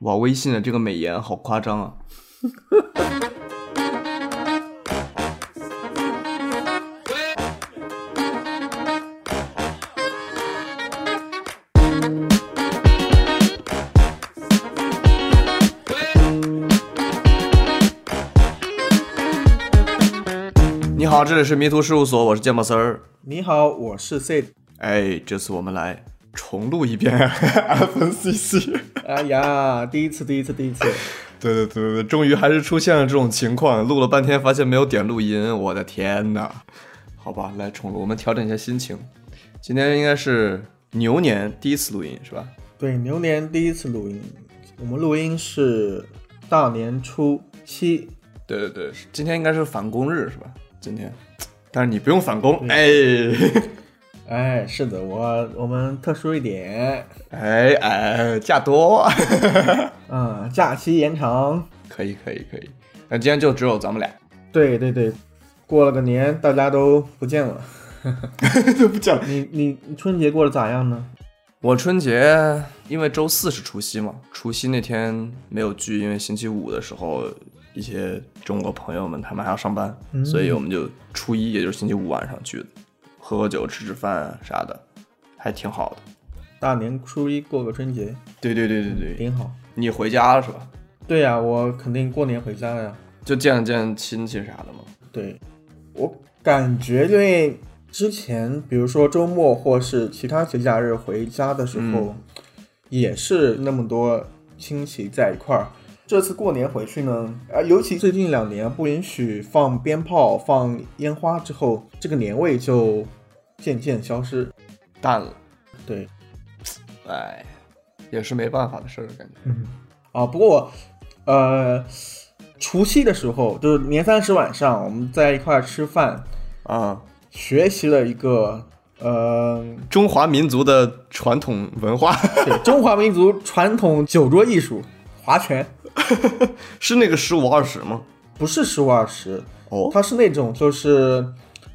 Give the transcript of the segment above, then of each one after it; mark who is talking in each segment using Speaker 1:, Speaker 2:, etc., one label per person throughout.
Speaker 1: 哇，微信的这个美颜好夸张啊！你好，这里是迷途事务所，我是芥末丝儿。
Speaker 2: 你好，我是 C。
Speaker 1: 哎，这次我们来重录一遍 FNCC。
Speaker 2: 哎呀，第一次，第一次，第一次。
Speaker 1: 对对对对对，终于还是出现了这种情况，录了半天发现没有点录音，我的天呐！好吧，来重录，我们调整一下心情。今天应该是牛年第一次录音是吧？
Speaker 2: 对，牛年第一次录音，我们录音是大年初七。
Speaker 1: 对对对，今天应该是返工日是吧？今天，但是你不用返工，哎
Speaker 2: 哎，是的，我我们特殊一点，
Speaker 1: 哎哎，假多，
Speaker 2: 嗯，假期延长。
Speaker 1: 可以可以可以。那今天就只有咱们俩，
Speaker 2: 对对对，过了个年，大家都不见了。
Speaker 1: 对不讲。
Speaker 2: 你你你春节过得咋样呢？
Speaker 1: 我春节因为周四是除夕嘛，除夕那天没有聚，因为星期五的时候一些中国朋友们他们还要上班，所以我们就初一也就是星期五晚上聚的，喝喝酒吃吃饭啊啥的，还挺好的。
Speaker 2: 大年初一过个春节，
Speaker 1: 对对对对对，
Speaker 2: 挺好。
Speaker 1: 你回家了是吧？
Speaker 2: 对呀、我肯定过年回家呀、
Speaker 1: 就见见亲戚啥的嘛。
Speaker 2: 对，我感觉对之前，比如说周末或是其他节假日回家的时候，也是那么多亲戚在一块儿。这次过年回去呢，啊，尤其最近两年不允许放鞭炮、放烟花之后，这个年味就渐渐消失。
Speaker 1: 淡了，
Speaker 2: 对，
Speaker 1: 哎，也是没办法的事儿，感觉。
Speaker 2: 啊，不过，呃，除夕的时候，就是年三十晚上，我们在一块儿吃饭，
Speaker 1: 啊、
Speaker 2: 学习了一个，呃，
Speaker 1: 中华民族的传统文化
Speaker 2: 对，中华民族传统酒桌艺术，划拳，
Speaker 1: 是那个十五二十吗？
Speaker 2: 不是十五二十，
Speaker 1: 哦，
Speaker 2: 它是那种就是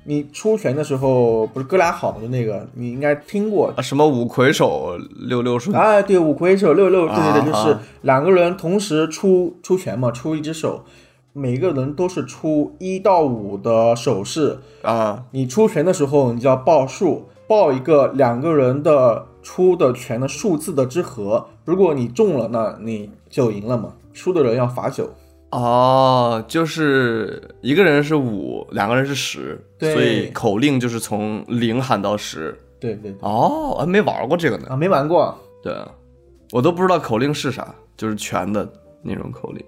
Speaker 2: 你出拳的时候，不是哥俩好的那个，你应该听过。
Speaker 1: 啊，什么五魁首六六顺
Speaker 2: 哎，对，五魁首六六，对对
Speaker 1: 啊
Speaker 2: 对，就是两个人同时出出拳嘛，出一只手，每个人都是出一到五的手势，
Speaker 1: 啊，
Speaker 2: 你出拳的时候，你就要报数，报一个两个人的出的拳的数字的之和。如果你中了，那你就赢了嘛。输的人要罚酒。
Speaker 1: 哦，就是一个人是五，两个人是十，
Speaker 2: 对
Speaker 1: 所以口令就是从零喊到十。
Speaker 2: 对对对
Speaker 1: 哦，还没玩过这个呢。
Speaker 2: 啊，没玩过。
Speaker 1: 对，我都不知道口令是啥，就是全的那种口令。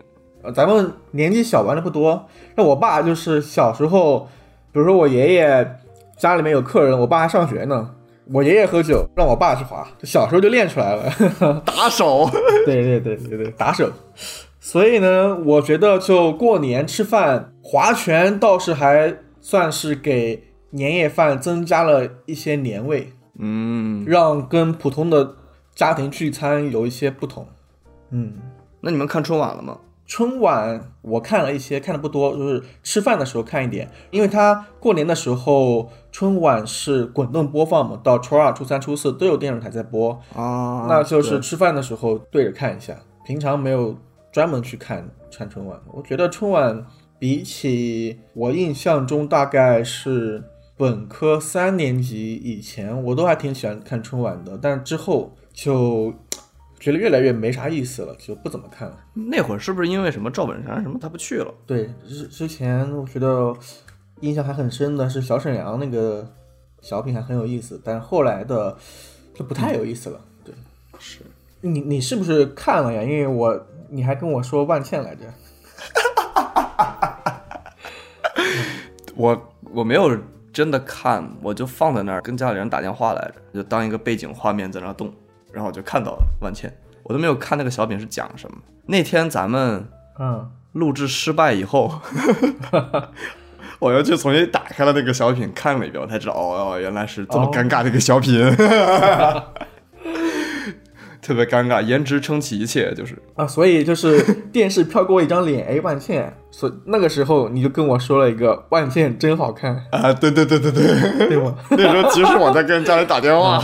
Speaker 2: 呃咱们年纪小玩的不多。那我爸就是小时候，比如说我爷爷家里面有客人，我爸还上学呢，我爷爷喝酒，让我爸去划，就小时候就练出来了。
Speaker 1: 打手，
Speaker 2: 对对对对对，打手。所以呢，我觉得就过年吃饭划拳倒是还算是给年夜饭增加了一些年味，
Speaker 1: 嗯，
Speaker 2: 让跟普通的家庭聚餐有一些不同。嗯，
Speaker 1: 那你们看春晚了吗？
Speaker 2: 春晚我看了一些，看的不多，就是吃饭的时候看一点，因为它过年的时候春晚是滚动播放嘛，到初二、初三、初四都有电视台在播，
Speaker 1: 啊
Speaker 2: 那就是吃饭的时候对着看一下，平常没有专门去看看春晚。我觉得春晚比起我印象中大概是本科三年级以前，我都还挺喜欢看春晚的，但之后就觉得越来越没啥意思了，就不怎么看了。
Speaker 1: 那会儿是不是因为什么赵本山什么他不去了？
Speaker 2: 对，之之前我觉得印象还很深的是小沈阳那个小品还很有意思，但后来的就不太有意思了。对，
Speaker 1: 是
Speaker 2: 你你是不是看了呀？因为我你还跟我说万茜来着，
Speaker 1: 我我没有真的看，我就放在那儿跟家里人打电话来着，就当一个背景画面在那儿动，然后我就看到了万茜，我都没有看那个小品是讲什么。那天咱们
Speaker 2: 嗯，
Speaker 1: 录制失败以后， 我又去重新打开了那个小品看了一遍，我才知道哦，原来是这么
Speaker 2: 哦
Speaker 1: 尴尬的一个小品， 特别尴尬，颜值撑起一切，就是
Speaker 2: 啊，所以就是电视飘过一张脸，哎，万茜，所以那个时候你就跟我说了一个万茜真好看，
Speaker 1: 啊，对对对对对，
Speaker 2: 对吗？
Speaker 1: 那时候其实我在跟家里打电话。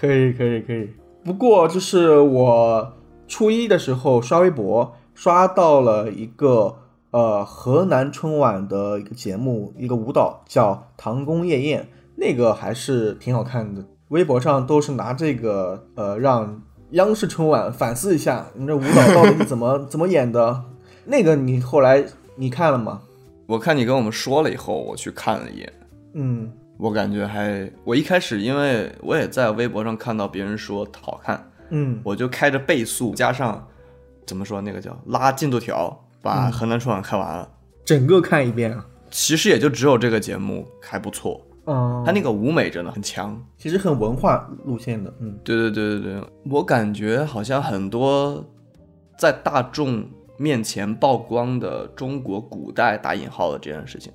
Speaker 2: 可以，可以，可以。不过就是我初一的时候刷微博，刷到了一个呃河南春晚的一个节目，一个舞蹈叫《唐宫夜宴》，那个还是挺好看的。微博上都是拿这个呃让央视春晚反思一下，你这舞蹈到底是怎么怎么演的？ 那个你后来你看了吗？
Speaker 1: 我看你跟我们说了以后，我去看了一眼，
Speaker 2: 嗯
Speaker 1: 我感觉还，我一开始因为我也在微博上看到别人说好看，
Speaker 2: 嗯
Speaker 1: 我就开着倍速加上怎么说那个叫拉进度条，把河南春晚看完了。
Speaker 2: 整个看一遍啊。
Speaker 1: 其实也就只有这个节目还不错，
Speaker 2: 嗯，
Speaker 1: 它那个舞美真的很强。
Speaker 2: 其实很文化路线的，嗯
Speaker 1: 对对对对对，我感觉好像很多在大众面前曝光的中国古代打引号的这件事情，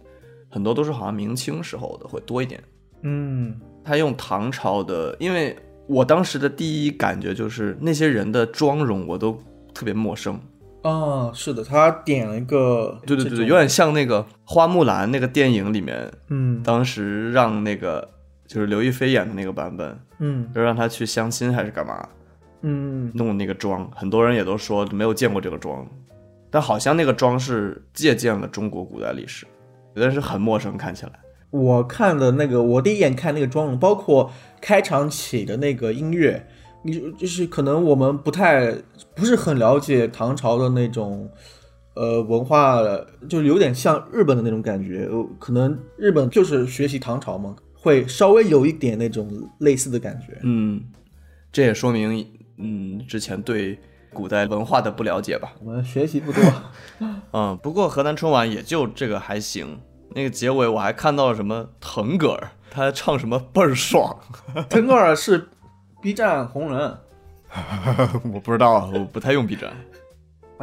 Speaker 1: 很多都是好像明清时候的会多一点。
Speaker 2: 嗯
Speaker 1: 他用唐朝的，因为我当时的第一感觉就是那些人的妆容我都特别陌生，
Speaker 2: 啊，是的，他点了一个，
Speaker 1: 对对对对，有，点像那个《花木兰》那个电影里面，
Speaker 2: 嗯
Speaker 1: 当时让那个就是刘亦菲演的那个版本，
Speaker 2: 嗯
Speaker 1: 就让她去相亲还是干嘛，
Speaker 2: 嗯，
Speaker 1: 弄那个妆，很多人也都说没有见过这个妆，但好像那个妆是借鉴了中国古代历史，但是很陌生看起来。
Speaker 2: 我看的那个，我第一眼看那个妆容，包括开场起的那个音乐，你就就是可能我们不太不是很了解唐朝的那种。呃，文化就有点像日本的那种感觉，呃可能日本就是学习唐朝嘛，会稍微有一点那种类似的感觉。
Speaker 1: 嗯，这也说明，嗯，之前对古代文化的不了解吧。
Speaker 2: 我们学习不 多，
Speaker 1: 嗯，不过河南春晚也就这个还行。那个结尾我还看到了什么腾格尔，他唱什么倍儿爽，
Speaker 2: 腾格尔是 B 站红人啊，
Speaker 1: 我不知道，啊我不太用 B 站。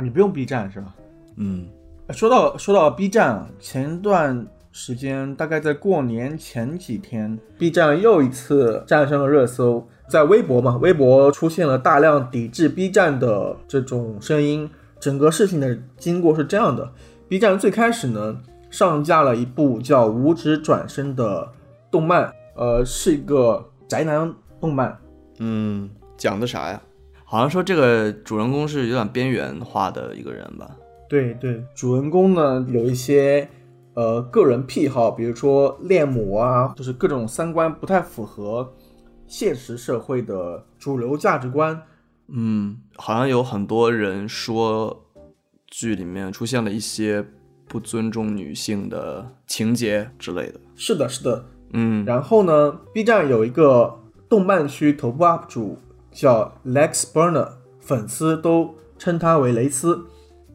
Speaker 2: 你不用 B 站是吧？
Speaker 1: 嗯
Speaker 2: 说到说到 B 站啊，前段时间大概在过年前几天，B 站又一次站上了热搜，在微博嘛，微博出现了大量抵制 B 站的这种声音。整个事情的经过是这样的：B 站最开始呢上架了一部叫《五指转身》的动漫，呃，是一个宅男动漫，
Speaker 1: 嗯，讲的啥呀？好像说这个主人公是有点边缘化的一个人吧？
Speaker 2: 对对，主人公呢有一些呃个人癖好，比如说恋母啊，就是各种三观不太符合现实社会的主流价值观。
Speaker 1: 嗯，好像有很多人说剧里面出现了一些不尊重女性的情节之类的。
Speaker 2: 是的，是的。
Speaker 1: 嗯，
Speaker 2: 然后呢，B 站有一个动漫区头部 UP 主叫 Lex Burner，粉丝都称他为雷斯。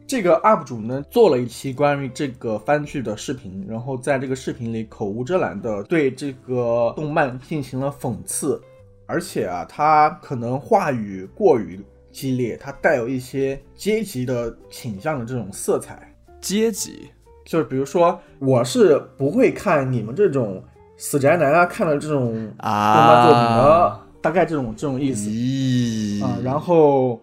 Speaker 2: 这个 UP 主呢做了一期关于这个番剧的视频，然后在这个视频里口无遮拦的对这个动漫进行了讽刺，而且啊，他可能话语过于激烈，他带有一些阶级的倾向的这种色彩。
Speaker 1: 阶级，
Speaker 2: 就是比如说，我是不会看你们这种死宅男啊看的这种动漫作品的，
Speaker 1: 啊
Speaker 2: 大概这种这种意思
Speaker 1: 咦
Speaker 2: 啊、然后，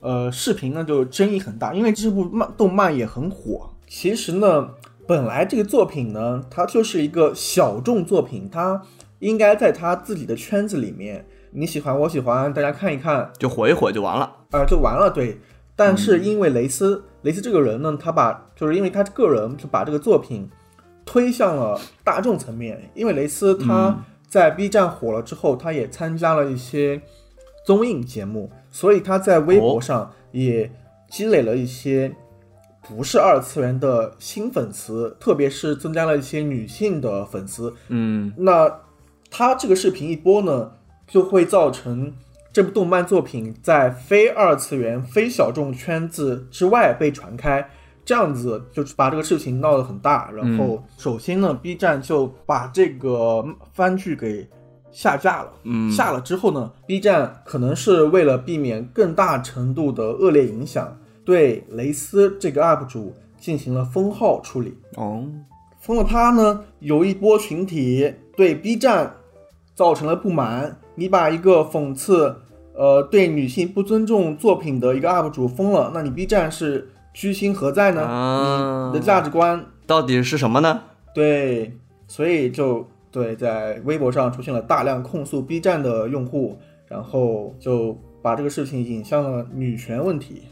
Speaker 2: 呃，视频呢就争议很大，因为这部漫动漫也很火。其实呢，本来这个作品呢，它就是一个小众作品，它应该在它自己的圈子里面，你喜欢我喜欢，大家看一看，
Speaker 1: 就火一火就完了。
Speaker 2: 啊、就完了。对，但是
Speaker 1: 嗯
Speaker 2: 因为雷斯，雷斯这个人呢，他把就是因为他个人就把这个作品推向了大众层面。因为雷斯
Speaker 1: 嗯
Speaker 2: 他在 B 站火了之后，他也参加了一些综艺节目，所以他在微博
Speaker 1: 哦
Speaker 2: 上也积累了一些。不是二次元的新粉丝，特别是增加了一些女性的粉丝，
Speaker 1: 嗯，
Speaker 2: 那他这个视频一播呢，就会造成这部动漫作品在非二次元、非小众圈子之外被传开。这样子就是把这个事情闹得很大，然后首先呢，B 站就把这个番剧给下架了。
Speaker 1: 嗯
Speaker 2: 下了之后呢，B 站可能是为了避免更大程度的恶劣影响，对雷斯这个 UP 主进行了封号处理。
Speaker 1: 哦，
Speaker 2: 封了他呢，有一波群体对 B 站造成了不满。你把一个讽刺，呃，对女性不尊重作品的一个 UP 主封了，那你 B 站是居心何在呢？
Speaker 1: 啊
Speaker 2: 你的价值观
Speaker 1: 到底是什么呢？
Speaker 2: 对，所以就对在微博上出现了大量控诉 B 站的用户，然后就把这个事情引向了女权问题。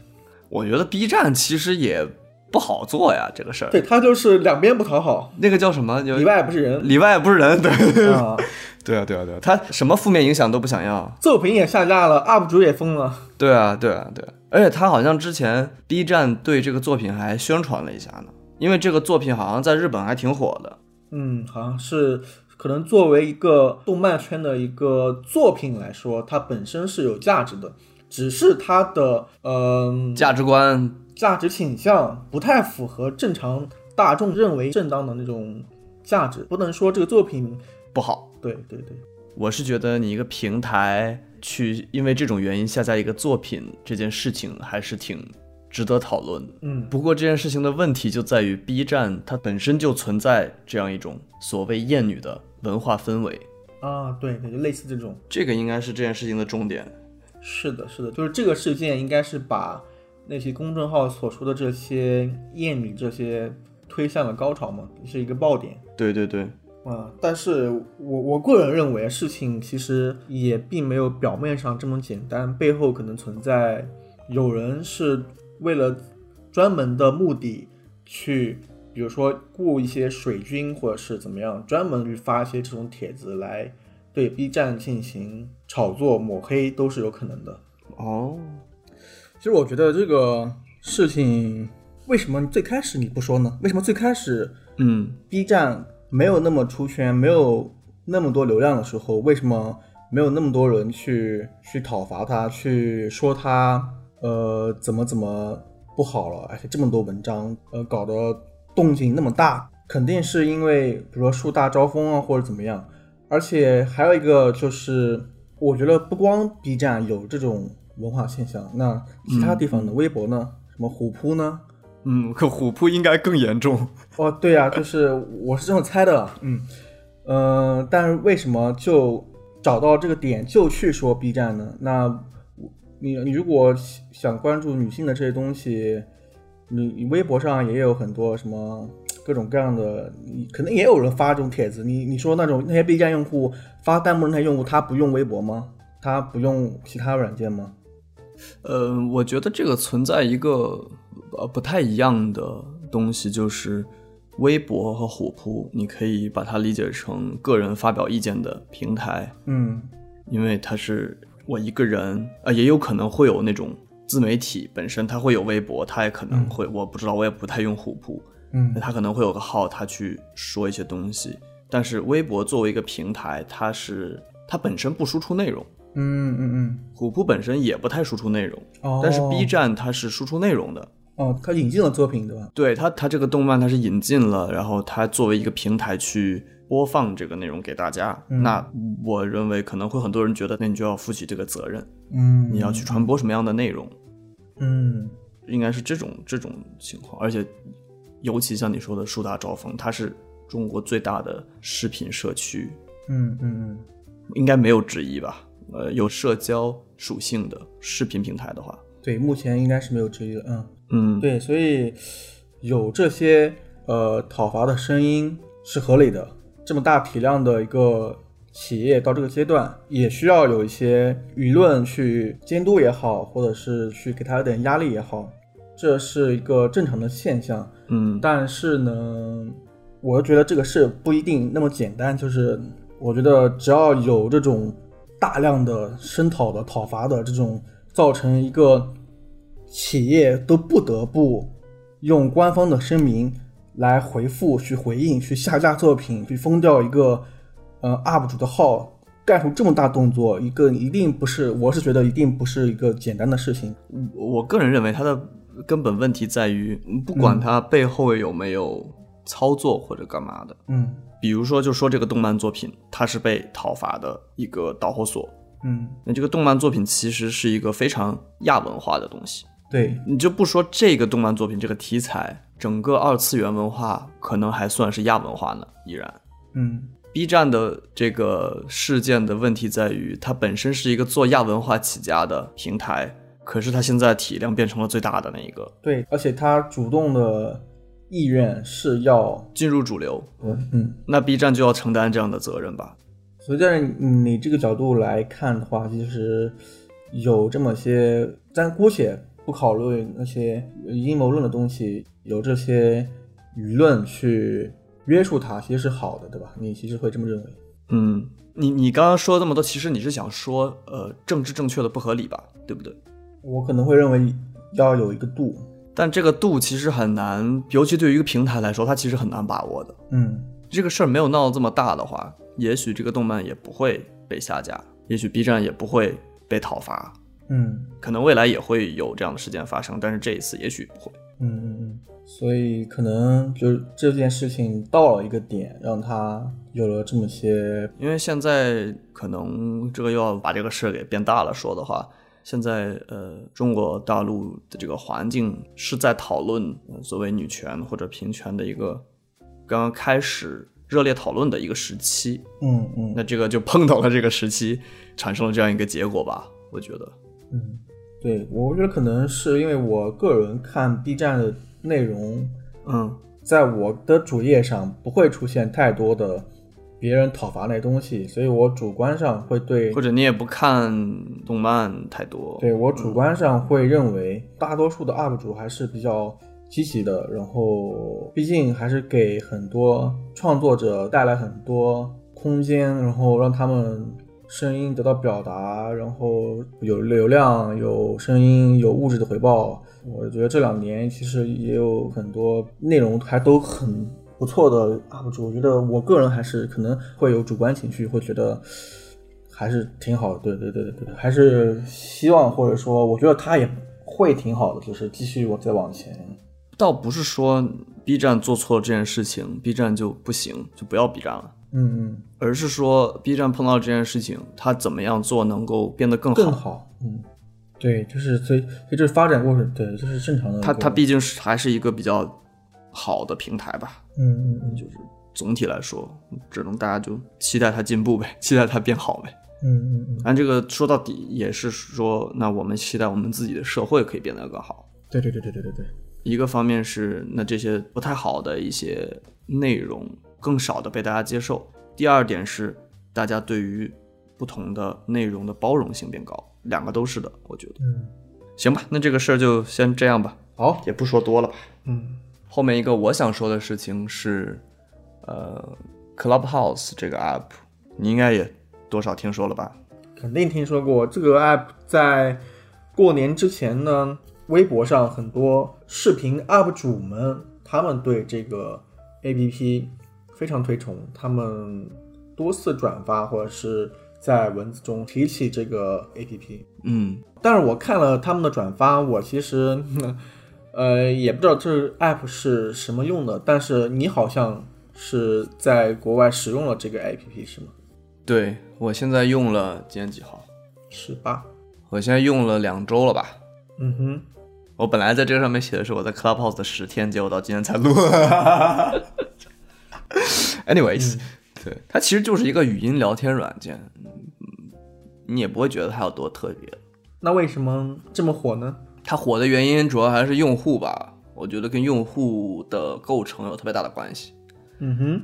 Speaker 1: 我觉得 B 站其实也不好做呀，这个事儿。
Speaker 2: 对，他就是两边不讨好，
Speaker 1: 那个叫什么？有
Speaker 2: 里外不是人
Speaker 1: 里外不是人， 对，
Speaker 2: 啊。
Speaker 1: 对啊，对啊，对啊，他什么负面影响都不想要。
Speaker 2: 作品也下架了，UP 主也封了。
Speaker 1: 对啊，对啊，对啊。而且他好像之前 B 站对这个作品还宣传了一下呢，因为这个作品好像在日本还挺火的。
Speaker 2: 嗯，好像是可能作为一个动漫圈的一个作品来说，它本身是有价值的，只是它的嗯、
Speaker 1: 价值观
Speaker 2: 价值倾向不太符合正常大众认为正当的那种价值，不能说这个作品
Speaker 1: 不好，
Speaker 2: 对对对，
Speaker 1: 我是觉得你一个平台去因为这种原因下架一个作品这件事情还是挺值得讨论的。
Speaker 2: 嗯
Speaker 1: 不过这件事情的问题就在于 B 站它本身就存在这样一种所谓厌女的文化氛围，
Speaker 2: 啊，对对，就类似这种。
Speaker 1: 这个应该是这件事情的重点。
Speaker 2: 是的，是的，就是这个事件应该是把那些公众号所说的这些艳女这些推向了高潮嘛，是一个爆点
Speaker 1: 对对对，
Speaker 2: 啊。但是我我个人认为，事情其实也并没有表面上这么简单，背后可能存在有人是为了专门的目的去。比如说雇一些水军，或者是怎么样，专门去发一些这种帖子来对 B 站进行炒作、抹黑，都是有可能的。
Speaker 1: 哦，
Speaker 2: 其实我觉得这个事情，为什么最开始你不说呢？为什么最开始
Speaker 1: 嗯，
Speaker 2: B 站没有那么出圈，没有那么多流量的时候，为什么没有那么多人去去讨伐他，去说他呃怎么怎么不好了？而且这么多文章，呃，搞得动静那么大，肯定是因为比如说树大招风啊，或者怎么样。而且还有一个就是，我觉得不光 B 站有这种文化现象，那其他地方的微博呢，什么虎扑呢，
Speaker 1: 嗯，可虎扑应该更严重。
Speaker 2: 哦，对呀、就是我是这么猜的，嗯，呃，但是为什么就找到这个点就去说 B 站呢？那你你如果想关注女性的这些东西，你你微博上也有很多什么各种各样的，你可能也有人发这种帖子。你你说那种那些 B 站用户发弹幕的那些用户，他不用微博吗？他不用其他软件吗？
Speaker 1: 呃，我觉得这个存在一个呃不太一样的东西，就是微博和虎扑，你可以把它理解成个人发表意见的平台，
Speaker 2: 嗯
Speaker 1: 因为它是我一个人，呃，也有可能会有那种自媒体本身，它会有微博，它也可能会，我不知道，我也不太用虎扑，
Speaker 2: 嗯
Speaker 1: 那他可能会有个号，他去说一些东西，但是微博作为一个平台，它是它本身不输出内容，
Speaker 2: 嗯嗯嗯，
Speaker 1: 虎扑本身也不太输出内容。
Speaker 2: 哦，
Speaker 1: 但是 B 站它是输出内容的，
Speaker 2: 哦，他引进了作品对吧？
Speaker 1: 对它它这个动漫它是引进了，然后它作为一个平台去播放这个内容给大家。
Speaker 2: 嗯
Speaker 1: 那我认为可能会很多人觉得，那你就要负起这个责任，
Speaker 2: 嗯，
Speaker 1: 你要去传播什么样的内容，
Speaker 2: 嗯。
Speaker 1: 应该是这种这种情况。而且，尤其像你说的树大招风，它是中国最大的视频社区，
Speaker 2: 嗯嗯
Speaker 1: 应该没有之一吧？呃，有社交属性的视频平台的话，
Speaker 2: 嗯，对，目前应该是没有之一了。嗯，
Speaker 1: 嗯，
Speaker 2: 对，所以有这些呃讨伐的声音是合理的。这么大体量的一个企业到这个阶段，也需要有一些舆论去监督也好，或者是去给他一点压力也好，这是一个正常的现象。
Speaker 1: 嗯，
Speaker 2: 但是呢，我又觉得这个事不一定那么简单。就是我觉得只要有这种大量的声讨的、讨伐的这种，造成一个企业都不得不用官方的声明来回复、去回应、去下架作品、去封掉一个呃 UP 主的号。干出这么大动作，一个一定不是，我是觉得一定不是一个简单的事情。
Speaker 1: 我个人认为它的根本问题在于，不管
Speaker 2: 嗯
Speaker 1: 它背后有没有操作或者干嘛的，
Speaker 2: 嗯
Speaker 1: 比如说就说这个动漫作品，它是被讨伐的一个导火索。
Speaker 2: 嗯，
Speaker 1: 那这个动漫作品其实是一个非常亚文化的东西，
Speaker 2: 对，
Speaker 1: 你就不说这个动漫作品这个题材，整个二次元文化可能还算是亚文化呢，依然。
Speaker 2: 嗯
Speaker 1: B 站的这个事件的问题在于，它本身是一个做亚文化起家的平台，可是它现在体量变成了最大的那一个，
Speaker 2: 对，而且他主动的意愿是要，
Speaker 1: 进入主流，
Speaker 2: 嗯，
Speaker 1: 那 B 站就要承担这样的责任吧？
Speaker 2: 所以在你这个角度来看的话，其实有这么些，咱姑且不考虑那些阴谋论的东西，有这些舆论去约束它，其实是好的，对吧？你其实会这么认为。
Speaker 1: 嗯，你你刚刚说这么多，其实你是想说，呃，政治正确的不合理吧，对不对？
Speaker 2: 我可能会认为要有一个度，
Speaker 1: 但这个度其实很难，尤其对于一个平台来说，它其实很难把握的。
Speaker 2: 嗯，
Speaker 1: 这个事儿没有闹这么大的话，也许这个动漫也不会被下架，也许 B 站也不会被讨伐，
Speaker 2: 嗯
Speaker 1: 可能未来也会有这样的事件发生，但是这一次也许不会。
Speaker 2: 嗯嗯嗯，所以可能就是这件事情到了一个点，让它有了这么些，
Speaker 1: 因为现在可能这个又要把这个事儿给变大了说的话，现在呃中国大陆的这个环境是在讨论呃所谓女权或者平权的一个刚刚开始热烈讨论的一个时期，
Speaker 2: 嗯嗯
Speaker 1: 那这个就碰到了这个时期，产生了这样一个结果吧，我觉得，
Speaker 2: 嗯，对，我觉得可能是因为我个人看 B 站的内容，
Speaker 1: 嗯
Speaker 2: 在我的主页上不会出现太多的别人讨伐那东西，所以我主观上会对
Speaker 1: 或者你也不看动漫太多，
Speaker 2: 对我主观上会认为，大多数的 UP 主还是比较积极的，然后毕竟还是给很多创作者带来很多空间，然后让他们声音得到表达，然后有流量、有声音、有物质的回报。我觉得这两年其实也有很多内容还都很不错的 UP 主，我觉得我个人还是可能会有主观情绪，会觉得还是挺好的。对对对对对，还是希望或者说，我觉得他也会挺好的，就是继续我再往前。
Speaker 1: 倒不是说 B 站做错了这件事情，B 站就不行，就不要 B 站了。
Speaker 2: 嗯嗯，
Speaker 1: 而是说 B 站碰到这件事情，它怎么样做能够变得更
Speaker 2: 更
Speaker 1: 好？
Speaker 2: 好。嗯，对，就是所以所以这是发展过程，对，这是正常的一个。
Speaker 1: 它它毕竟是还是一个比较好的平台吧，
Speaker 2: 嗯嗯嗯
Speaker 1: 就是总体来说，只能大家就期待它进步呗，期待它变好呗。
Speaker 2: 嗯嗯嗯，
Speaker 1: 但这个说到底也是说，那我们期待我们自己的社会可以变得更好。
Speaker 2: 对对对对对对对，
Speaker 1: 一个方面是，那这些不太好的一些内容更少的被大家接受；第二点是，大家对于不同的内容的包容性变高，两个都是的，我觉得。
Speaker 2: 嗯，
Speaker 1: 行吧，那这个事儿就先这样吧，
Speaker 2: 好，
Speaker 1: 也不说多了吧。
Speaker 2: 嗯
Speaker 1: 后面一个我想说的事情是，呃，Clubhouse 这个 app，你应该也多少听说了吧？
Speaker 2: 肯定听说过这个 app，在过年之前呢，微博上很多视频 UP 主们，他们对这个 app 非常推崇，他们多次转发或者是在文字中提起这个 app。
Speaker 1: 嗯，
Speaker 2: 但是我看了他们的转发，我其实， 呃，也不知道这 app 是什么用的，但是你好像是在国外使用了这个 app 是吗？
Speaker 1: 对我现在用了，今天几号？
Speaker 2: 是吧？
Speaker 1: 我现在用了两周了吧？
Speaker 2: 嗯哼。
Speaker 1: 我本来在这个上面写的是我在 Clubhouse 的十天，结果到今天才录。Anyways，、对，它其实就是一个语音聊天软件，嗯你也不会觉得它有多特别。
Speaker 2: 那为什么这么火呢？
Speaker 1: 它火的原因主要还是用户吧，我觉得跟用户的构成有特别大的关系。
Speaker 2: 嗯哼，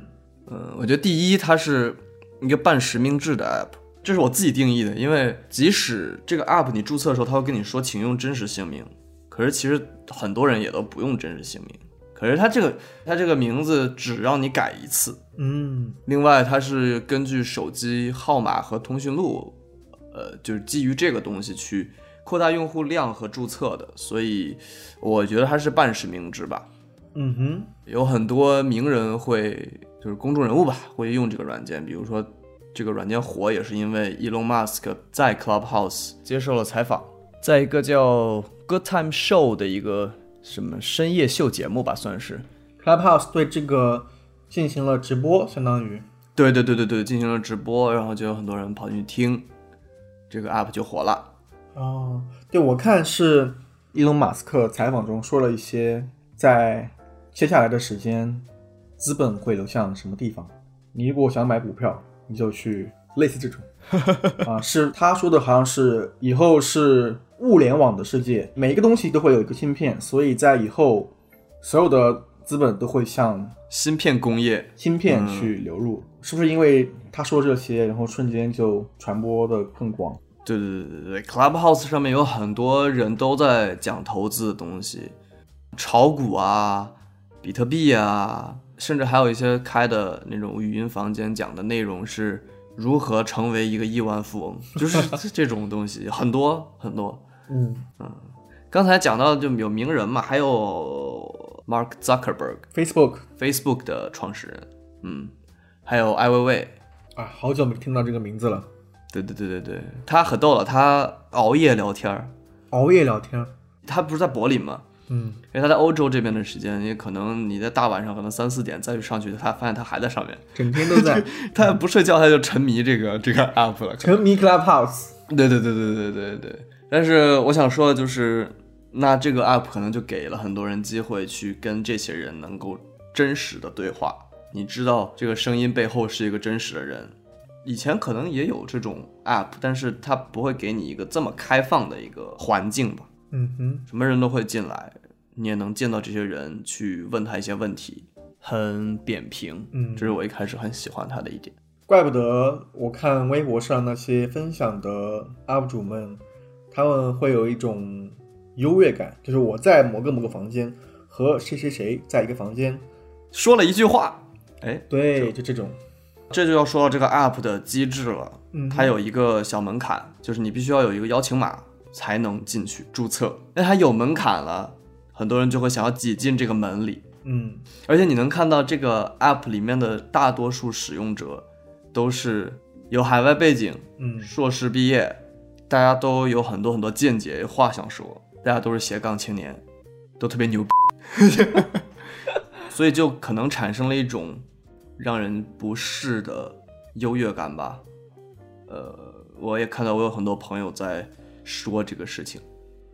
Speaker 1: 嗯，我觉得第一，它是一个半实名制的 app，这是我自己定义的，因为即使这个 app 你注册的时候，它会跟你说请用真实姓名，可是其实很多人也都不用真实姓名，可是它这个它这个名字只让你改一次，
Speaker 2: 嗯
Speaker 1: 另外它是根据手机号码和通讯录，呃，就是基于这个东西去扩大用户量和注册的，所以我觉得它是半实名制吧。
Speaker 2: 嗯哼，
Speaker 1: 有很多名人会，就是公众人物吧，会用这个软件。比如说，这个软件火也是因为 Elon Musk 在 Clubhouse 接受了采访，在一个叫 Good Time Show 的一个什么深夜秀节目吧，算是。
Speaker 2: Clubhouse 对这个进行了直播，相当于，
Speaker 1: 对对对对对，进行了直播，然后就有很多人跑进去听，这个 app 就火了。
Speaker 2: 哦，对我看是伊隆马斯克采访中说了一些，在接下来的时间，资本会流向什么地方？你如果想买股票，你就去类似 这种，啊，是他说的，好像是以后是物联网的世界，每一个东西都会有一个芯片，所以在以后，所有的资本都会向
Speaker 1: 芯片工业，
Speaker 2: 芯片去流入，是不是因为他说这些，然后瞬间就传播的更广？
Speaker 1: 对对对对对，Clubhouse 上面有很多人都在讲投资的东西，炒股啊、比特币啊，甚至还有一些开的那种语音房间讲的内容是如何成为一个亿万富翁， 就是这这种东西很多很多。
Speaker 2: 嗯，
Speaker 1: 刚才讲到就有名人嘛，还有 Mark Zuckerberg
Speaker 2: Facebook
Speaker 1: Facebook 的创始人，嗯，还有艾薇薇，
Speaker 2: 啊，好久没听到这个名字了。
Speaker 1: 对对对对对，他很逗了，他熬夜聊天儿，
Speaker 2: 熬夜聊天，
Speaker 1: 他不是在柏林吗？
Speaker 2: 嗯，
Speaker 1: 因为他在欧洲这边的时间，也可能你在大晚上可能三四点再去上去，他发现他还在上面，
Speaker 2: 整天都 在
Speaker 1: 他不睡觉他就沉迷这个这个 app 了。
Speaker 2: 沉迷 Clubhouse。
Speaker 1: 对对对对对对对。但是我想说的就是，那这个 app 可能就给了很多人机会去跟这些人能够真实的对话。你知道这个声音背后是一个真实的人。以前可能也有这种 app，但是它不会给你一个这么开放的一个环境吧。
Speaker 2: 嗯哼，
Speaker 1: 什么人都会进来，你也能见到这些人，去问他一些问题，很扁平。
Speaker 2: 嗯
Speaker 1: 这是我一开始很喜欢他的一点。
Speaker 2: 怪不得我看微博上那些分享的 UP 主们，他们会有一种优越感，就是我在某个某个房间和谁谁谁在一个房间，
Speaker 1: 说了一句话，哎，
Speaker 2: 对，就这种。
Speaker 1: 这就要说到这个 app 的机制了。
Speaker 2: 嗯，
Speaker 1: 它有一个小门槛，就是你必须要有一个邀请码才能进去注册。那它有门槛了，很多人就会想要挤进这个门里。
Speaker 2: 嗯，
Speaker 1: 而且你能看到这个 app 里面的大多数使用者都是有海外背景，
Speaker 2: 嗯
Speaker 1: 硕士毕业，大家都有很多很多见解，有话想说，大家都是斜杠青年，都特别牛逼， 所以就可能产生了一种让人不适的优越感吧。呃，我也看到我有很多朋友在说这个事情。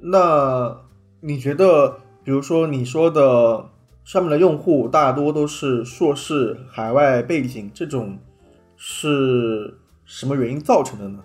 Speaker 2: 那你觉得，比如说你说的上面的用户大多都是硕士、海外背景，这种是什么原因造成的呢？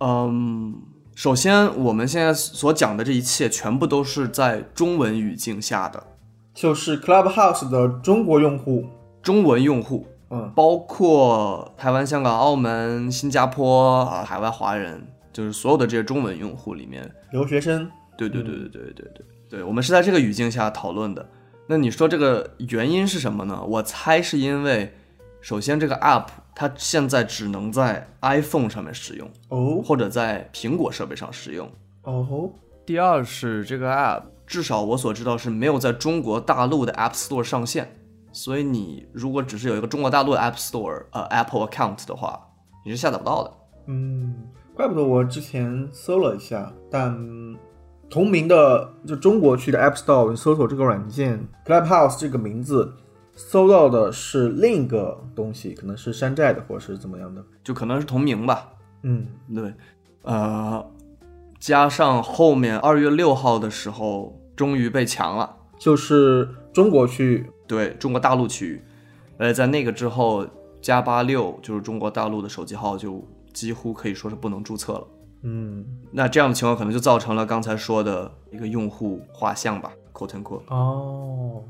Speaker 1: 嗯，首先我们现在所讲的这一切全部都是在中文语境下的
Speaker 2: 就是 Clubhouse 的中国用户，
Speaker 1: 中文用户，
Speaker 2: 嗯
Speaker 1: 包括台湾、香港、澳门、新加坡啊，海外华人，就是所有的这些中文用户里面，
Speaker 2: 留学生，
Speaker 1: 对对对对对对对对，我们是在这个语境下讨论的。那你说这个原因是什么呢？我猜是因为，首先这个 app 它现在只能在 iPhone 上面使用，
Speaker 2: 哦
Speaker 1: 或者在苹果设备上使用。
Speaker 2: 哦吼，
Speaker 1: 第二是这个 app，至少我所知道是没有在中国大陆的 App Store 上线，所以你如果只是有一个中国大陆的 App Store 呃 Apple account 的话，你是下载不到的。
Speaker 2: 嗯，怪不得我之前搜了一下，但同名的就中国区的 App Store 搜索这个软件 Clubhouse 这个名字，搜到的是另一个东西，可能是山寨的或是怎么样的。
Speaker 1: 就可能是同名吧。
Speaker 2: 嗯
Speaker 1: 对，呃，加上后面二月六号的时候，终于被抢了。，
Speaker 2: 就是中国区，
Speaker 1: 对中国大陆区域，呃，在那个之后，加八六就是中国大陆的手机号就几乎可以说是不能注册了。
Speaker 2: 嗯，
Speaker 1: 那这样的情况可能就造成了刚才说的一个用户画像吧，quote u n quote，
Speaker 2: 哦，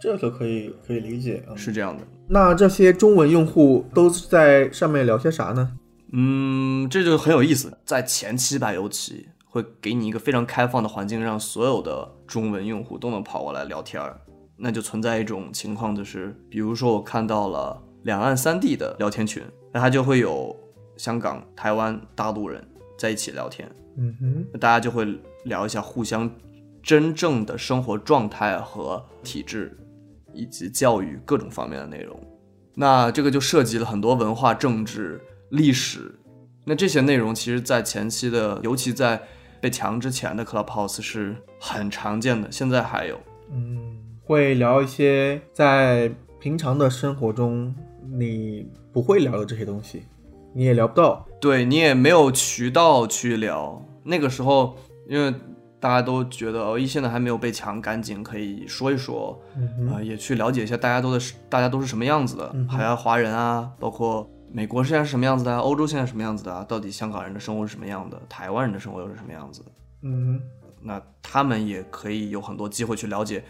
Speaker 2: 这个可以可以理解啊。
Speaker 1: 是这样的。
Speaker 2: 那这些中文用户都是在上面聊些啥呢？
Speaker 1: 嗯，这就很有意思，在前期吧，尤其会给你一个非常开放的环境，让所有的中文用户都能跑过来聊天儿。那就存在一种情况，就是比如说我看到了两岸三地的聊天群，那它就会有香港、台湾、大陆人在一起聊天，
Speaker 2: 嗯哼，
Speaker 1: 那大家就会聊一下互相真正的生活状态和体制，以及教育各种方面的内容。那这个就涉及了很多文化、政治、历史。那这些内容其实，在前期的，尤其在被强之前的 Clubhouse 是很常见的，现在还有。
Speaker 2: 嗯，会聊一些在平常的生活中你不会聊的这些东西，你也聊不到。
Speaker 1: 对你也没有渠道去聊。那个时候，因为大家都觉得哦，一现在还没有被抢，赶紧可以说一说，
Speaker 2: 嗯
Speaker 1: 啊、也去了解一下大家都的大家都是什么样子的，
Speaker 2: 嗯哼
Speaker 1: 海外华人啊，包括美国现在是什么样子的啊，欧洲现在是什么样子的啊，到底香港人的生活是什么样的，台湾人的生活又是什么样子的？
Speaker 2: 嗯
Speaker 1: 那他们也可以有很多机会去了解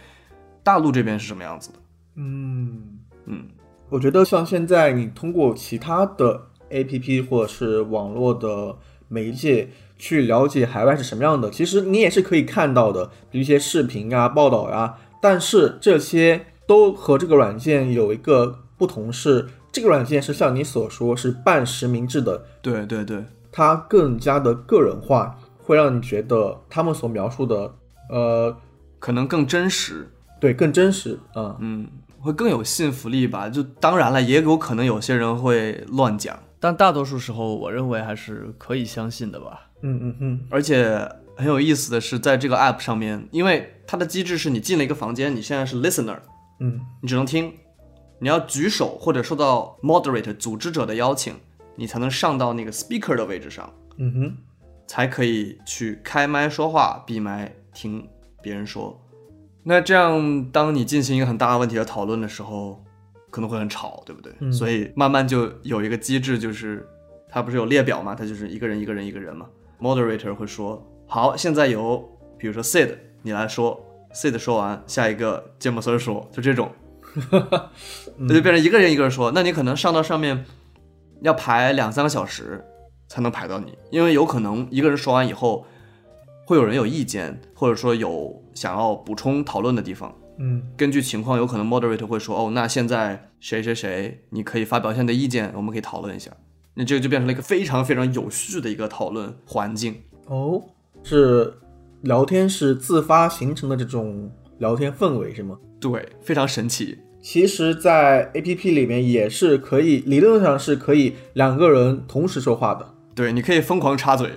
Speaker 1: 大陆这边是什么样子的。
Speaker 2: 嗯。
Speaker 1: 嗯，
Speaker 2: 我觉得像现在你通过其他的 APP 或者是网络的媒介去了解海外是什么样的，其实你也是可以看到的，比如一些视频啊、报道啊。但是这些都和这个软件有一个不同是，这个软件是像你所说是半实名制的，
Speaker 1: 对对对，
Speaker 2: 它更加的个人化，会让你觉得他们所描述的，呃，
Speaker 1: 可能更真实，
Speaker 2: 对，更真实啊。
Speaker 1: 嗯，会更有信服力吧。就当然了，也有可能有些人会乱讲，
Speaker 3: 但大多数时候，我认为还是可以相信的吧。
Speaker 2: 嗯嗯嗯，
Speaker 1: 而且很有意思的是，在这个 app 上面，因为它的机制是你进了一个房间，你现在是 listener，
Speaker 2: 嗯，
Speaker 1: 你只能听，你要举手或者受到 moderator 组织者的邀请，你才能上到那个 speaker 的位置上，
Speaker 2: 嗯哼，
Speaker 1: 才可以去开麦说话，闭麦听别人说。那这样，当你进行一个很大的问题的讨论的时候，可能会很吵，对不对？
Speaker 2: 嗯
Speaker 1: 所以慢慢就有一个机制，就是它不是有列表嘛，它就是一个人一个人一个人嘛。Moderator 会说，好，现在由比如说 Sid 你来说，Sid 说完，下一个芥末丝儿说，就这种，那就变成一个人一个人说。那你可能上到上面要排两三个小时才能排到你，因为有可能一个人说完以后，会有人有意见，或者说有想要补充讨论的地方。
Speaker 2: 嗯
Speaker 1: 根据情况，有可能 moderator 会说，哦，那现在谁谁谁，你可以发表一下你的意见，我们可以讨论一下。那这个就变成了一个非常非常有序的一个讨论环境。
Speaker 2: 哦，是聊天是自发形成的这种聊天氛围是吗？
Speaker 1: 对，非常神奇。
Speaker 2: 其实，在 A P P 里面也是可以，理论上是可以两个人同时说话的
Speaker 1: 对，你可以疯狂插嘴，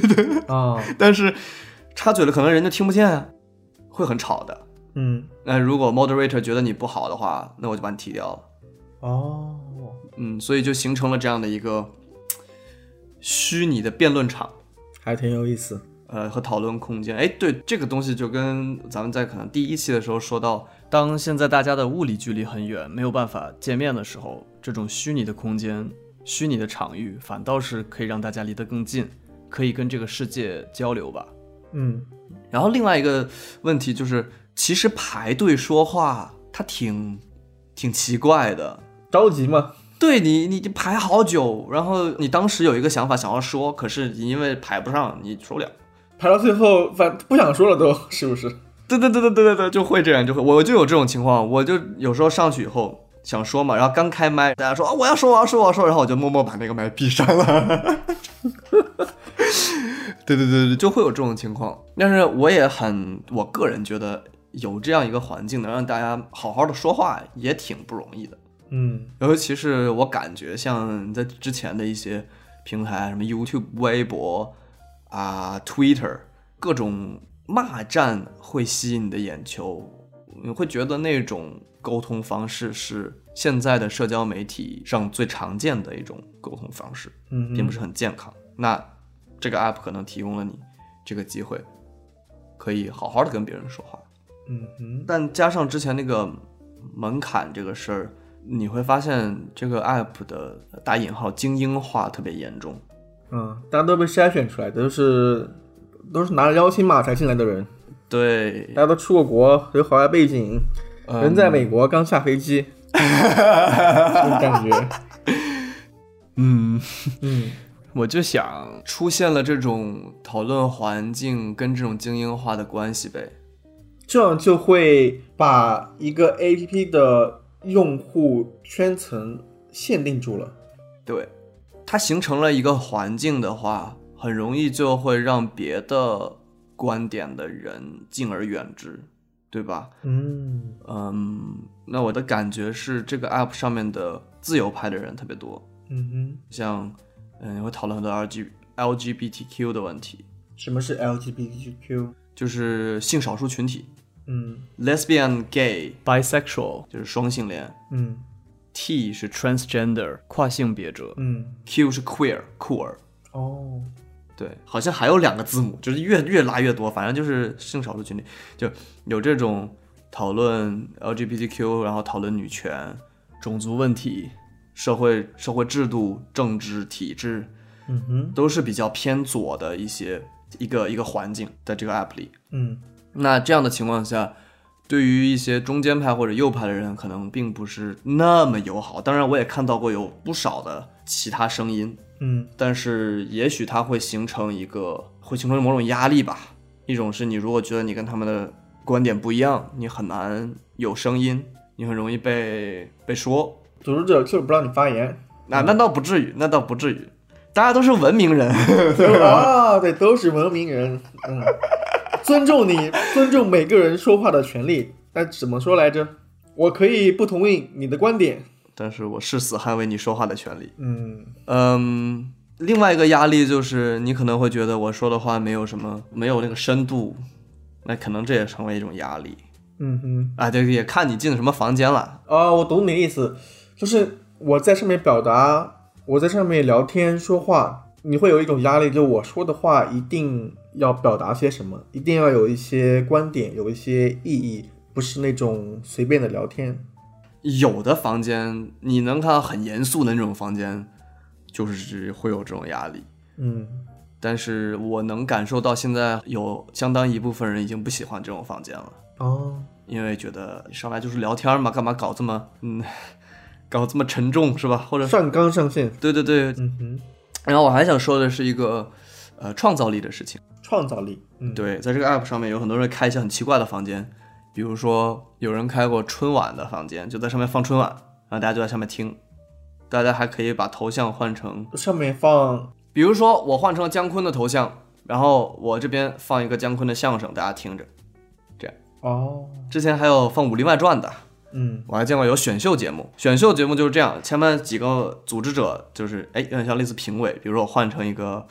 Speaker 2: 啊。
Speaker 1: 但是插嘴了可能人就听不见啊，会很吵的。
Speaker 2: 嗯，
Speaker 1: 那如果 moderator 觉得你不好的话，那我就把你踢掉了。
Speaker 2: 哦，
Speaker 1: 嗯，所以就形成了这样的一个虚拟的辩论场。
Speaker 2: 还挺有意思。
Speaker 1: 呃，和讨论空间，哎，对这个东西就跟咱们在可能第一期的时候说到，
Speaker 3: 当现在大家的物理距离很远，没有办法见面的时候，这种虚拟的空间、虚拟的场域，反倒是可以让大家离得更近，可以跟这个世界交流吧。
Speaker 2: 嗯，
Speaker 1: 然后另外一个问题就是，其实排队说话它挺挺奇怪的，
Speaker 2: 着急吗？
Speaker 1: 对你，你排好久，然后你当时有一个想法想要说，可是你因为排不上，你说不了。
Speaker 2: 排到最后，反不想说了都，是不是？
Speaker 1: 对对对对对对对，就会这样，就会我就有这种情况，我就有时候上去以后想说嘛，然后刚开麦，大家说啊我要说我要说我要说，然后我就默默把那个麦闭上了。对对对对，就会有这种情况，但是我也很，我个人觉得有这样一个环境能让大家好好的说话也挺不容易的，
Speaker 2: 嗯
Speaker 1: 尤其是我感觉像在之前的一些平台，什么 YouTube、微博啊、Twitter，各种骂战会吸引你的眼球，你会觉得那种沟通方式是现在的社交媒体上最常见的一种沟通方式，
Speaker 2: 嗯，
Speaker 1: 并不是很健康。那这个 app 可能提供了你这个机会，可以好好的跟别人说话。
Speaker 2: 嗯哼，
Speaker 1: 但加上之前那个门槛这个事儿，你会发现这个 app 的打引号精英化特别严重。
Speaker 2: 嗯，大家都被筛选出来的，都是都是拿着邀请码才进来的人，
Speaker 1: 对
Speaker 2: 大，家都出过国，有海外背景，
Speaker 1: 嗯
Speaker 2: 人在美国刚下飞机，这种感觉。
Speaker 1: 嗯，
Speaker 2: 嗯
Speaker 3: 我就想，
Speaker 1: 出现了这种讨论环境跟这种精英化的关系呗。
Speaker 2: 这样就会把一个 APP 的用户圈层限定住了。
Speaker 1: 对，它形成了一个环境的话，很容易就会让别的观点的人敬而远之，对吧？
Speaker 2: 嗯
Speaker 1: 嗯，那我的感觉是，这个 app 上面的自由派的人特别多。
Speaker 2: 嗯哼，
Speaker 1: 像嗯会讨论很多 L G L G B T Q 的问题，
Speaker 2: 什么是 LGBTQ？
Speaker 1: 就是性少数群体
Speaker 2: 嗯
Speaker 1: ，lesbian、gay
Speaker 3: bisexual、
Speaker 1: 就是双性恋
Speaker 2: 嗯
Speaker 1: ，T 是 tr-
Speaker 3: transgender 跨性别者，
Speaker 2: 嗯，
Speaker 1: Q 是 queer queer，
Speaker 2: 哦，
Speaker 1: 对，好像还有两个字母，就是越越拉越多，反正就是性少数群体就有这种讨论 L G B T Q，然后讨论女权、
Speaker 3: 种族问题，
Speaker 1: 社会社会制度、政治体制，
Speaker 2: 嗯哼，
Speaker 1: 都是比较偏左的一些一个一个环境，在这个 app 里。
Speaker 2: 嗯
Speaker 1: 那这样的情况下，对于一些中间派或者右派的人，可能并不是那么友好。当然，我也看到过有不少的其他声音，
Speaker 3: 嗯
Speaker 1: 但是也许它会形成一个，会形成某种压力吧。一种是你如果觉得你跟他们的观点不一样，你很难有声音，你很容易被被说。
Speaker 3: 组织者就是不让你发言。
Speaker 1: 那、那倒不至于，那倒不至于，大家都是文明人。
Speaker 3: 啊，对，都是文明人，嗯，尊重你，尊重每个人说话的权利。但怎么说来着？我可以不同意你的观点。
Speaker 1: 但是我誓死捍卫你说话的权利。
Speaker 3: 嗯
Speaker 1: 嗯，另外一个压力就是你可能会觉得我说的话没有什么，没有那个深度，那可能这也成为一种压力。
Speaker 3: 嗯哼，
Speaker 1: 啊，对，也看你进什么房间了。
Speaker 3: 啊，我懂你的意思，就是我在上面表达，我在上面聊天说话，你会有一种压力，就我说的话一定要表达些什么，一定要有一些观点，有一些意义，不是那种随便的聊天。
Speaker 1: 有的房间你能看到很严肃的那种房间，就是会有这种压力。
Speaker 3: 嗯
Speaker 1: 但是我能感受到，现在有相当一部分人已经不喜欢这种房间了，
Speaker 3: 哦，
Speaker 1: 因为觉得上来就是聊天嘛，干嘛搞这么嗯，搞这么沉重是吧？或者
Speaker 3: 上纲上线。
Speaker 1: 对对对，
Speaker 3: 嗯哼，
Speaker 1: 然后我还想说的是一个，呃，创造力的事情。
Speaker 3: 创造力。嗯，，
Speaker 1: 对，在这个 app 上面有很多人开一些很奇怪的房间，比如说有人开过春晚的房间，就在上面放春晚，然后大家就在上面听。大家还可以把头像换成，
Speaker 3: 上面放
Speaker 1: 比如说我换成了姜昆的头像，然后我这边放一个姜昆的相声，大家听着。
Speaker 3: 哦，
Speaker 1: 之前还有放《武林外传》的，
Speaker 3: 嗯
Speaker 1: 我还见过有选秀节目，选秀节目就是这样，前面几个组织者就是哎，有点像类似评委，比如说我换成一个，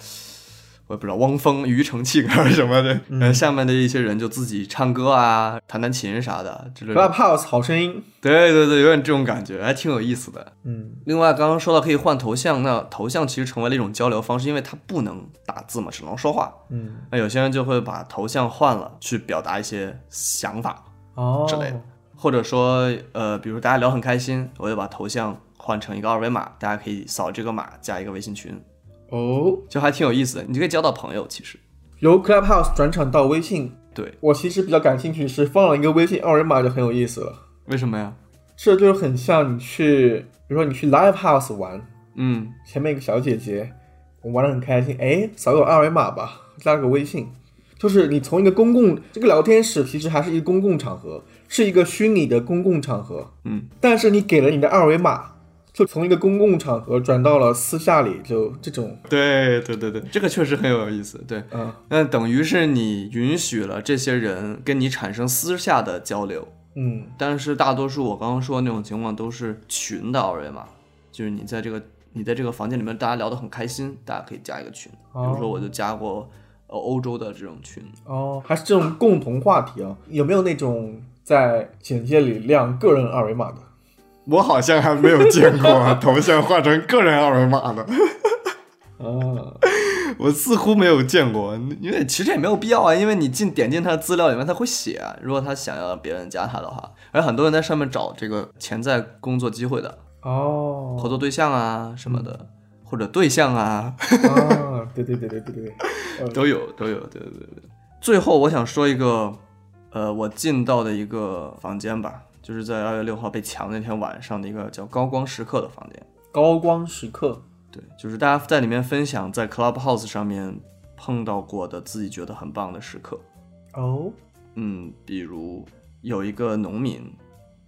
Speaker 1: 我也不知道汪峰、庾澄庆还是什么的，
Speaker 3: 嗯
Speaker 1: 然后下面的一些人就自己唱歌啊、弹弹琴啥的之类的。
Speaker 3: ，Clubhouse 好声音。
Speaker 1: 对对对，有点这种感觉，还挺有意思的。
Speaker 3: 嗯
Speaker 1: 另外，刚刚说到可以换头像，那头像其实成为了一种交流方式，因为它不能打字嘛，只能说话。
Speaker 3: 嗯，
Speaker 1: 那有些人就会把头像换了，去表达一些想法。
Speaker 3: 哦，
Speaker 1: 之类的或者说，呃，比如大家聊很开心，我就把头像换成一个二维码，大家可以扫这个码加一个微信群，
Speaker 3: 哦，
Speaker 1: 就还挺有意思的。你就可以交到朋友，其实
Speaker 3: 由 Clubhouse 转场到微信，
Speaker 1: 对，
Speaker 3: 我其实比较感兴趣是放了一个微信二维码就很有意思了，
Speaker 1: 为什么呀？
Speaker 3: 这就很像你去，比如说你去 Live House 玩，
Speaker 1: 嗯，
Speaker 3: 前面一个小姐姐，我玩的很开心，哎，扫个二维码吧，加个微信，就是你从一个公共这个聊天室其实还是一个公共场合，是一个虚拟的公共场合，
Speaker 1: 嗯，
Speaker 3: 但是你给了你的二维码，就从一个公共场合转到了私下里，就这种，
Speaker 1: 对对对对，这个确实很有意思。对，
Speaker 3: 嗯
Speaker 1: 那等于是你允许了这些人跟你产生私下的交流，
Speaker 3: 嗯
Speaker 1: 但是大多数我刚刚说的那种情况都是群的二维码，就是你在这个你在这个房间里面大家聊得很开心，大家可以加一个群，比如说我就加过呃欧洲的这种群。
Speaker 3: 哦，还是这种共同话题啊？有没有那种在简介里亮个人二维码的？
Speaker 4: 我好像还没有见过头像换成个人二维码 的，
Speaker 3: 啊，
Speaker 4: 我似乎没有见过。
Speaker 1: 因为其实也没有必要啊，因为你进点进他的资料里面，他会写啊、如果他想要别人加他的话，而很多人在上面找这个潜在工作机会的
Speaker 3: 哦，
Speaker 1: 合作对象啊什么
Speaker 4: 嗯
Speaker 1: 的，或者对象啊
Speaker 3: 啊，对对对对对对对，
Speaker 1: 都有都有，对对对对。最后我想说一个，呃，我进到的一个房间吧，就是在二月六号被抢那天晚上的一个叫高光时刻的房间。
Speaker 3: 高光时刻，
Speaker 1: 对，就是大家在里面分享在 Clubhouse 上面碰到过的自己觉得很棒的时刻。
Speaker 3: 哦，
Speaker 1: 嗯，比如有一个农民，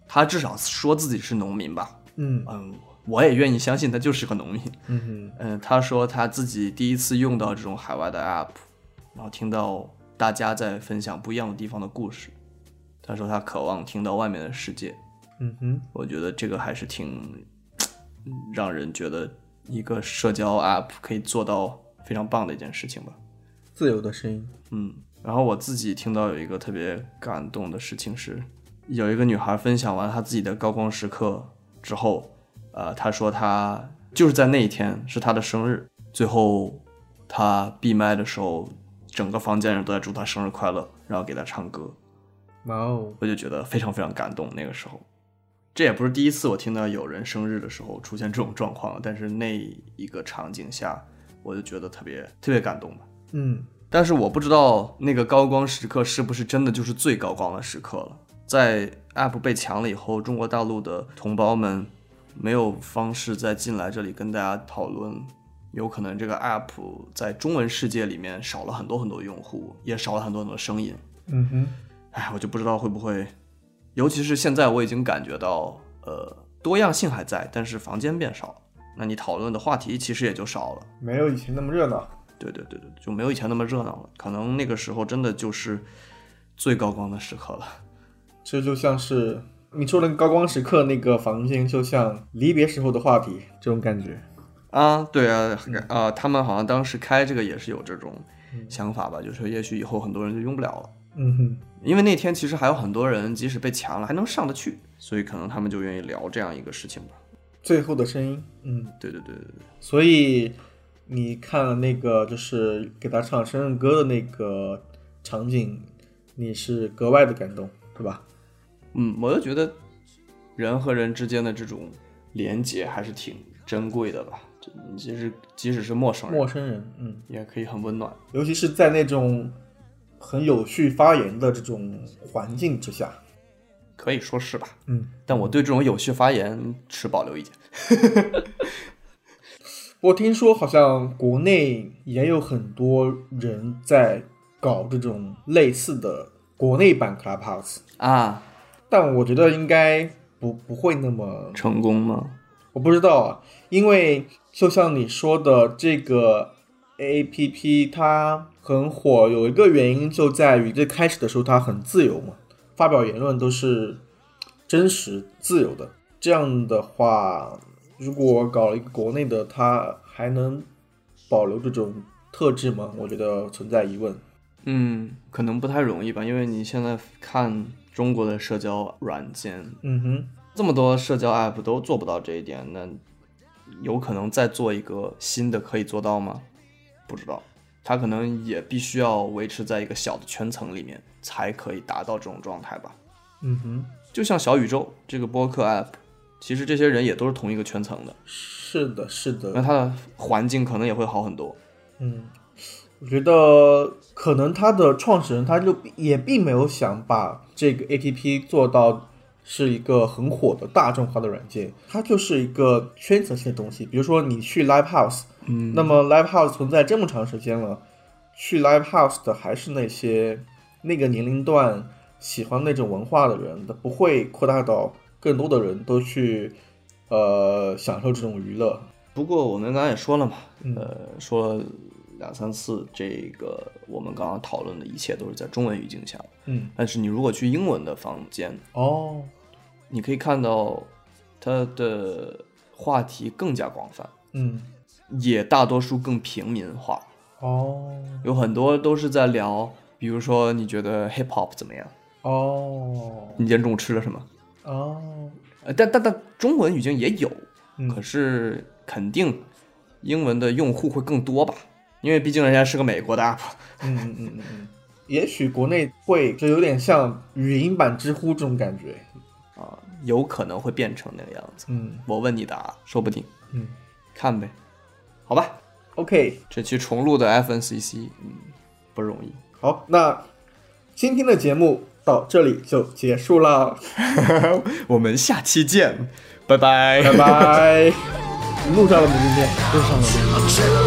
Speaker 1: 他至少说自己是农民吧，
Speaker 3: 嗯
Speaker 1: 嗯，我也愿意相信他就是个农民。
Speaker 3: 嗯
Speaker 1: 嗯，他说他自己第一次用到这种海外的 app，然后听到大家在分享不一样的地方的故事，他说他渴望听到外面的世界。
Speaker 3: 哼，嗯哼，
Speaker 1: 我觉得这个还是挺让人觉得一个社交 app 可以做到非常棒的一件事情吧。
Speaker 3: 自由的声音，
Speaker 1: 嗯，然后我自己听到有一个特别感动的事情是，有一个女孩分享完她自己的高光时刻之后，呃，她说她就是在那一天是她的生日，最后她闭麦的时候，整个房间人都在祝她生日快乐，然后给她唱歌，
Speaker 3: 哇哦，
Speaker 1: 我就觉得非常非常感动。那个时候，这也不是第一次我听到有人生日的时候出现这种状况，但是那一个场景下，我就觉得特别特别感动吧。
Speaker 3: 嗯
Speaker 1: 但是我不知道那个高光时刻是不是真的就是最高光的时刻了。在 App 被抢了以后，中国大陆的同胞们没有方式再进来这里跟大家讨论有可能这个 app 在中文世界里面少了很多很多用户，也少了很多很多声音。
Speaker 3: 嗯哼，
Speaker 1: 哎，我就不知道会不会，尤其是现在我已经感觉到，呃，多样性还在，但是房间变少了，那你讨论的话题其实也就少了。
Speaker 3: 没有以前那么热闹。
Speaker 1: 对对对对，就没有以前那么热闹了。可能那个时候真的就是最高光的时刻了。
Speaker 3: 这就像是你说那个高光时刻那个房间，就像离别时候的话题这种感觉。
Speaker 1: 啊，对啊，啊、呃，他们好像当时开这个也是有这种想法吧，就是也许以后很多人就用不了了，
Speaker 3: 嗯哼，
Speaker 1: 因为那天其实还有很多人即使被抢了还能上得去，所以可能他们就愿意聊这样一个事情吧。
Speaker 3: 最后的声音，嗯，
Speaker 1: 对对对对对，
Speaker 3: 所以你看了那个就是给他唱生日歌的那个场景，你是格外的感动，对吧？
Speaker 1: 嗯，我就觉得人和人之间的这种连接还是挺珍贵的吧。就你即使即使是陌生人，
Speaker 3: 陌生人，嗯，
Speaker 1: 也可以很温暖。
Speaker 3: 尤其是在那种很有序发言的这种环境之下，
Speaker 1: 可以说是吧。
Speaker 3: 嗯，
Speaker 1: 但我对这种有序发言持保留意见。
Speaker 3: 我听说好像国内也有很多人在搞这种类似的国内版 Clubhouse，
Speaker 1: 啊，
Speaker 3: 但我觉得应该不不会那么
Speaker 1: 成功吗？
Speaker 3: 我不知道啊，因为就像你说的，这个 A P P 它很火，有一个原因就在于最开始的时候它很自由嘛，发表言论都是真实自由的。这样的话，如果搞了一个国内的，它还能保留这种特质吗？我觉得存在疑问。
Speaker 1: 嗯，可能不太容易吧，因为你现在看中国的社交软件，
Speaker 3: 嗯哼，
Speaker 1: 这么多社交 app 都做不到这一点，那有可能再做一个新的可以做到吗？不知道，它可能也必须要维持在一个小的圈层里面，才可以达到这种状态吧。
Speaker 3: 嗯哼，
Speaker 1: 就像小宇宙这个播客 app，其实这些人也都是同一个圈层的，
Speaker 3: 是的，是
Speaker 1: 那
Speaker 3: 的，
Speaker 1: 它的环境可能也会好很多。
Speaker 3: 嗯，我觉得可能它的创始人他就也并没有想把这个 A P P 做到是一个很火的大众化的软件，它就是一个圈层性的东西。比如说你去 Live House，
Speaker 1: 嗯
Speaker 3: 那么 Live House 存在这么长时间了，去 Live House 的还是那些那个年龄段喜欢那种文化的人，他不会扩大到更多的人都去呃享受这种娱乐。
Speaker 1: 不过我们刚才也说了嘛，
Speaker 3: 嗯
Speaker 1: 呃，说了两三次，这个我们刚刚讨论的一切都是在中文语境下。
Speaker 3: 嗯，
Speaker 1: 但是你如果去英文的房间，
Speaker 3: 哦，
Speaker 1: 你可以看到它的话题更加广泛，
Speaker 3: 嗯，
Speaker 1: 也大多数更平民化，
Speaker 3: 哦，
Speaker 1: 有很多都是在聊，比如说你觉得 hip hop 怎么样？
Speaker 3: 哦，
Speaker 1: 你今天中午吃了什么？
Speaker 3: 哦，
Speaker 1: 呃，但但但中文语境也有，
Speaker 3: 嗯
Speaker 1: 可是肯定英文的用户会更多吧，因为毕竟人家是个美国的 app。
Speaker 3: 嗯嗯嗯嗯嗯，也许国内会就有点像语音版知乎这种感觉。
Speaker 1: 啊，有可能会变成那个样子。
Speaker 3: 嗯
Speaker 1: 我问你答，说不定，
Speaker 3: 嗯
Speaker 1: 看呗，好吧。
Speaker 3: ，OK，
Speaker 1: 这期重录的 FNCC，嗯，不容易。
Speaker 3: 好，那今天的节目到这里就结束了，
Speaker 1: 我们下期见，拜拜。
Speaker 3: 拜拜。路上了吗？今天路上了吗。
Speaker 5: I'll tell